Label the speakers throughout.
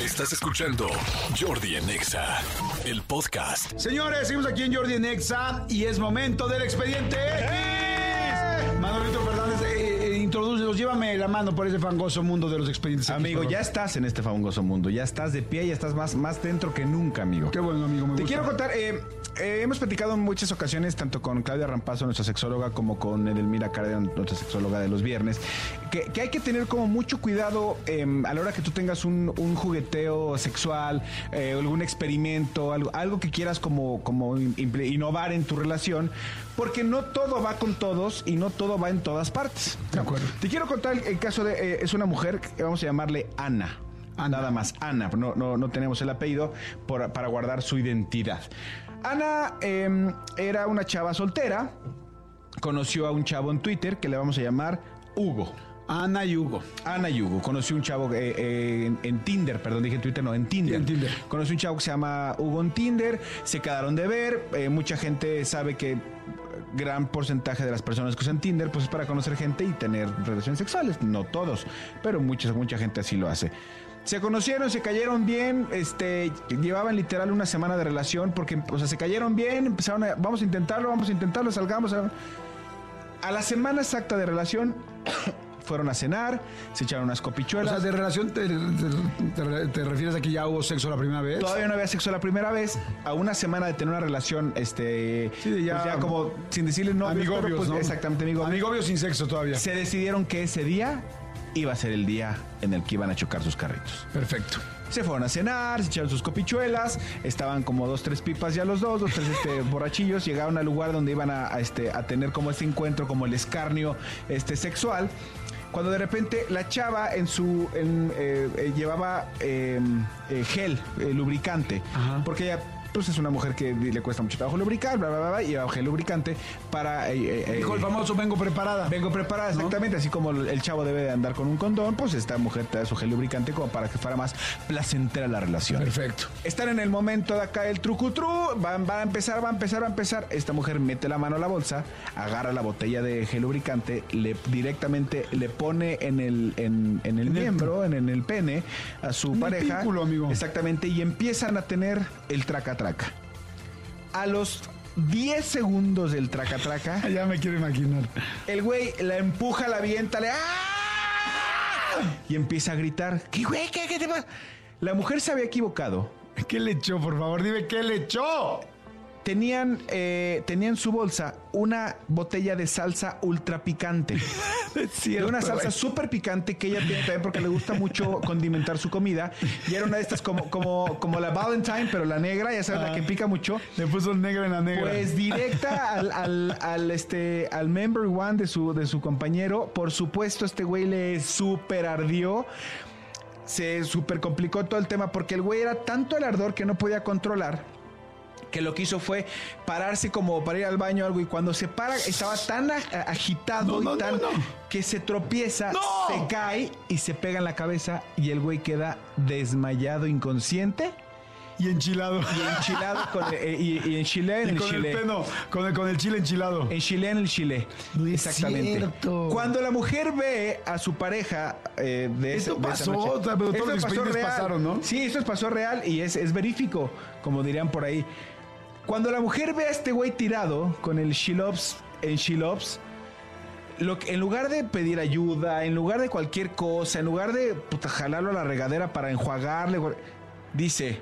Speaker 1: Estás escuchando Jordi en Exa, el podcast.
Speaker 2: Señores, seguimos aquí en Jordi en Exa y es momento del expediente. X. Manolito Fernández, eh, eh, introdúcenos, llévame la mano por ese fangoso mundo de los expedientes. X,
Speaker 3: Amigo,
Speaker 2: por
Speaker 3: ya
Speaker 2: favor.
Speaker 3: estás en este fabuloso mundo, ya estás de pie, ya estás más, más dentro que nunca, amigo.
Speaker 2: Qué bueno, amigo, me
Speaker 3: Te
Speaker 2: gusta.
Speaker 3: quiero contar, eh, eh, hemos platicado en muchas ocasiones, tanto con Claudia Rampazo, nuestra sexóloga, como con Edelmira Cárdenas, nuestra sexóloga de los viernes, que, que hay que tener como mucho cuidado eh, a la hora que tú tengas un, un jugueteo sexual, eh, algún experimento, algo, algo que quieras como, como im- imple- innovar en tu relación, porque no todo va con todos y no todo va en todas partes.
Speaker 2: De acuerdo.
Speaker 3: Te quiero contar el, el caso de, eh, es una mujer, que vamos a llamarle Ana.
Speaker 2: Ana.
Speaker 3: Nada más, Ana, no, no, no tenemos el apellido por- para guardar su identidad. Ana eh, era una chava soltera, conoció a un chavo en Twitter que le vamos a llamar Hugo.
Speaker 2: Ana y Hugo.
Speaker 3: Ana y Hugo, conoció un chavo eh, eh, en, en Tinder, perdón, dije en Twitter, no, en Tinder.
Speaker 2: En Tinder.
Speaker 3: Conoció un chavo que se llama Hugo en Tinder, se quedaron de ver, eh, mucha gente sabe que gran porcentaje de las personas que usan Tinder pues es para conocer gente y tener relaciones sexuales, no todos, pero mucha, mucha gente así lo hace. Se conocieron, se cayeron bien, este, llevaban literal una semana de relación porque, o sea, se cayeron bien, empezaron a, vamos a intentarlo, vamos a intentarlo, salgamos. salgamos. A la semana exacta de relación fueron a cenar, se echaron unas
Speaker 2: O
Speaker 3: copichuelas.
Speaker 2: sea, de relación, te, te- te- te refieres a que ya hubo sexo la primera vez?
Speaker 3: Todavía no había sexo la primera vez, a una semana de tener una relación, este,
Speaker 2: Sí, de ya-
Speaker 3: pues ya como sin decirle no, pues,
Speaker 2: Amigobios, ¿no?
Speaker 3: exactamente amigo.
Speaker 2: Amigobios sin sexo todavía.
Speaker 3: Se decidieron que ese día iba a ser el día en el que iban a chocar sus carritos.
Speaker 2: Perfecto.
Speaker 3: Se fueron a cenar, se echaron sus copichuelas, estaban como dos, tres pipas ya los dos, dos, tres este, borrachillos, llegaron al lugar donde iban a, a, este, a tener como este encuentro, como el escarnio este, sexual. Cuando de repente la chava en su en, eh, eh, llevaba eh, eh, gel, eh, lubricante,
Speaker 2: Ajá.
Speaker 3: porque ella pues, es una mujer que le cuesta mucho trabajo lubricar, bla, bla, bla, bla, y llevaba gel lubricante para... eh, eh, eh,
Speaker 2: Dijo el famoso vengo preparada.
Speaker 3: Vengo preparada,
Speaker 2: ¿No?
Speaker 3: exactamente. Así como el chavo debe de andar con un condón, pues esta mujer trae su gel lubricante como para que fuera más placentera la relación.
Speaker 2: Perfecto.
Speaker 3: Están en el momento de acá el trucutru, van, va a empezar, va a empezar, va a empezar. Esta mujer mete la mano a la bolsa, agarra la botella de gel lubricante, le directamente le pone en el, en, en el
Speaker 2: En el-
Speaker 3: miembro, en, en el pene, a su
Speaker 2: el
Speaker 3: pareja.
Speaker 2: pículo, amigo.
Speaker 3: Exactamente, y empiezan a tener el traca-traca. A los 10 segundos del traca-traca.
Speaker 2: Ya me quiero imaginar.
Speaker 3: El güey la empuja, la avienta, le... ¡Ah! Y empieza a gritar. ¿Qué güey? ¿Qué, qué te pasa? La mujer se había equivocado.
Speaker 2: ¿Qué le echó, por favor? Dime, ¿qué le echó?
Speaker 3: Tenían, eh, tenían en su bolsa una botella de salsa ultra picante. De una salsa súper picante que ella tiene también porque le gusta mucho condimentar su comida. Y era una de estas como, como, como la Valentine, pero la negra, ya sabes, la que pica mucho.
Speaker 2: Le puso el negro en la negra.
Speaker 3: Pues directa al, al- al, este, al member one de su, de su compañero. Por supuesto, este güey le super ardió. Se super complicó todo el tema porque el güey era tanto el ardor que no podía controlar. Que lo que hizo fue pararse como para ir al baño o algo. Y cuando se para, estaba tan a- a- agitado
Speaker 2: No, no,
Speaker 3: y
Speaker 2: no,
Speaker 3: tan
Speaker 2: no.
Speaker 3: que se tropieza,
Speaker 2: ¡No!
Speaker 3: se cae y se pega en la cabeza. Y el güey queda desmayado, inconsciente
Speaker 2: y enchilado.
Speaker 3: y enchilado con, eh, y, y en Chile en
Speaker 2: Y
Speaker 3: el
Speaker 2: con
Speaker 3: Chile.
Speaker 2: el peno, con el, con el chile enchilado.
Speaker 3: En Chile, en el Chile.
Speaker 2: No es cierto.
Speaker 3: Cuando la mujer ve a su pareja eh, de
Speaker 2: Esto
Speaker 3: ese- de esa
Speaker 2: pasó,
Speaker 3: noche-
Speaker 2: o sea, pero todos
Speaker 3: Esto
Speaker 2: los
Speaker 3: pasó
Speaker 2: expedientes
Speaker 3: real.
Speaker 2: pasaron, ¿no?
Speaker 3: Sí, esto pasó real y es, es verífico, como dirían por ahí. Cuando la mujer ve a este güey tirado con el Shilops en Shilops, lo que- en lugar de pedir ayuda, en lugar de cualquier cosa, en lugar de puta, jalarlo a la regadera para enjuagarle, güey, dice,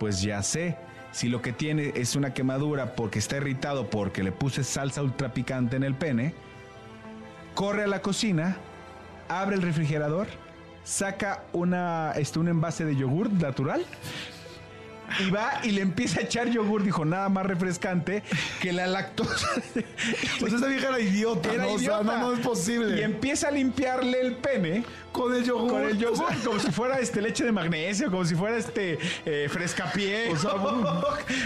Speaker 3: pues ya sé, si lo que tiene es una quemadura porque está irritado porque le puse salsa ultra picante en el pene, corre a la cocina, abre el refrigerador, saca una, este, un envase de yogur natural. Y va y le empieza a echar yogur, dijo, nada más refrescante que la lactosa.
Speaker 2: Pues esa vieja era idiota,
Speaker 3: Era
Speaker 2: ¿no? O sea, no,
Speaker 3: idiota.
Speaker 2: no es posible.
Speaker 3: Y empieza a limpiarle el pene
Speaker 2: con el yogur.
Speaker 3: con el yogur,
Speaker 2: O sea,
Speaker 3: como si fuera este leche de magnesio, como si fuera este eh, frescapié.
Speaker 2: O sea,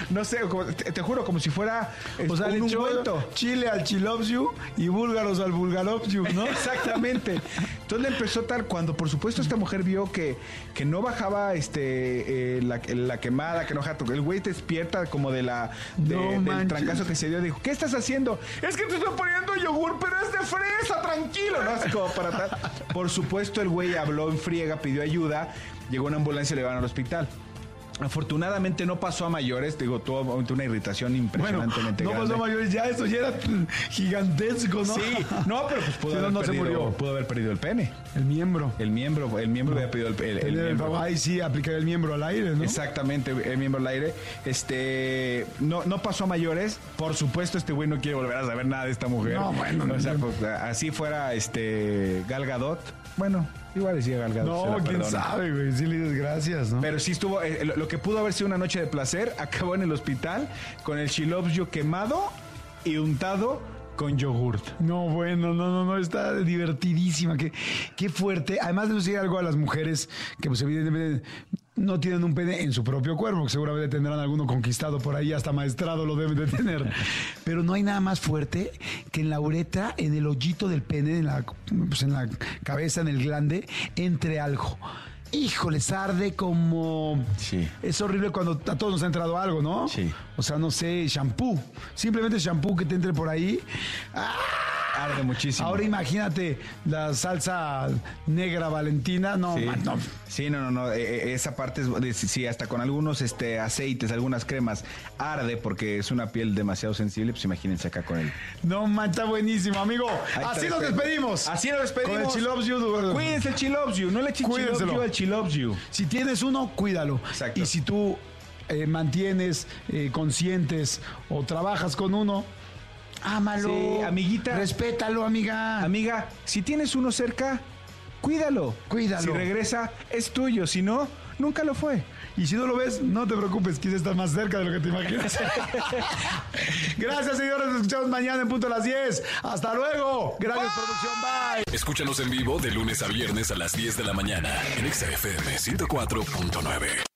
Speaker 3: no sé, como- te, te juro, como si fuera eh,
Speaker 2: o sea,
Speaker 3: un
Speaker 2: le echó
Speaker 3: ungüento.
Speaker 2: chile al chilopsiu y búlgaros al bulgaropsiu, ¿no?
Speaker 3: Exactamente. Entonces le empezó tal, cuando por supuesto esta mujer vio que, que no bajaba este eh, la, la quemada, que no bajaba. El güey despierta como de la de-
Speaker 2: No
Speaker 3: del
Speaker 2: manches.
Speaker 3: trancazo que se dio. Dijo, ¿qué estás haciendo? Es que te estoy poniendo yogur, pero es de fresa, tranquilo. No, así como para tal. Por supuesto, el güey habló en friega, pidió ayuda, llegó una ambulancia y le van al hospital. Afortunadamente no pasó a mayores, digo, tuvo obviamente una irritación
Speaker 2: Bueno,
Speaker 3: impresionantemente
Speaker 2: no
Speaker 3: grande.
Speaker 2: pasó mayores, ya eso ya era gigantesco, ¿no?
Speaker 3: Sí, no, pero pues pudo,
Speaker 2: Si no,
Speaker 3: haber
Speaker 2: no se
Speaker 3: perdido,
Speaker 2: murió.
Speaker 3: pudo haber perdido el pene.
Speaker 2: El miembro.
Speaker 3: El miembro, el miembro había pedido el, el- el
Speaker 2: El,
Speaker 3: miembro.
Speaker 2: Ahí sí, aplicar el miembro al aire, ¿no?
Speaker 3: Exactamente, el miembro al aire. Este, no, no pasó a mayores. Por supuesto, este güey no quiere volver a saber nada de esta mujer.
Speaker 2: No, bueno, no,
Speaker 3: O sea,
Speaker 2: no.
Speaker 3: pues, así fuera, este, Gal Gadot. Bueno, igual decía Gal Gadot. se
Speaker 2: No,
Speaker 3: la
Speaker 2: quién
Speaker 3: perdono.
Speaker 2: sabe, güey. Sí le dices gracias, ¿no?
Speaker 3: Pero sí estuvo, eh, lo, lo que pudo haber sido una noche de placer, acabó en el hospital con el shilopsio quemado y untado con yogurt.
Speaker 2: No, bueno, no, no, no, está divertidísima, qué, qué fuerte. Además de decir algo a las mujeres que pues evidentemente no tienen un pene en su propio cuerpo, que seguramente tendrán alguno conquistado por ahí, hasta maestrado lo deben de tener. Pero no hay nada más fuerte que en la uretra, en el hoyito del pene, en la, pues, en la cabeza, en el glande, entre algo. Híjoles, arde como...
Speaker 3: Sí.
Speaker 2: Es horrible cuando a todos nos ha entrado algo, ¿no?
Speaker 3: Sí.
Speaker 2: O sea, no sé, shampoo. Simplemente shampoo que te entre por ahí.
Speaker 3: Arde muchísimo.
Speaker 2: Ahora imagínate la salsa negra valentina. No,
Speaker 3: Sí.
Speaker 2: man, no.
Speaker 3: Sí, no, no, no. eh, eh, esa parte es. de- sí, hasta con algunos este, aceites, algunas cremas, arde porque es una piel demasiado sensible. Pues imagínense acá con él.
Speaker 2: No, man, está buenísimo, amigo.
Speaker 3: Ahí está
Speaker 2: Así
Speaker 3: el
Speaker 2: nos
Speaker 3: espejo.
Speaker 2: despedimos.
Speaker 3: Así nos despedimos.
Speaker 2: Con el She Loves You, Eduardo.
Speaker 3: Cuídense el She Loves You. No le echen She Loves
Speaker 2: Cuídenselo.
Speaker 3: You al She Loves You.
Speaker 2: Si tienes uno, cuídalo.
Speaker 3: Exacto.
Speaker 2: Y si tú eh, mantienes eh, conscientes o trabajas con uno, ámalo.
Speaker 3: Sí, amiguita.
Speaker 2: Respétalo, amiga.
Speaker 3: Amiga, si tienes uno cerca, cuídalo.
Speaker 2: Cuídalo.
Speaker 3: Si regresa, es tuyo. Si no, nunca lo fue.
Speaker 2: Y si no lo ves, no te preocupes, quizás estás más cerca de lo que te imaginas. Gracias, señores. Nos escuchamos mañana en punto a las 10. Hasta luego. Gracias, producción. Bye.
Speaker 1: Escúchanos en vivo de lunes a viernes a las 10 de la mañana en Exa FM 104.9.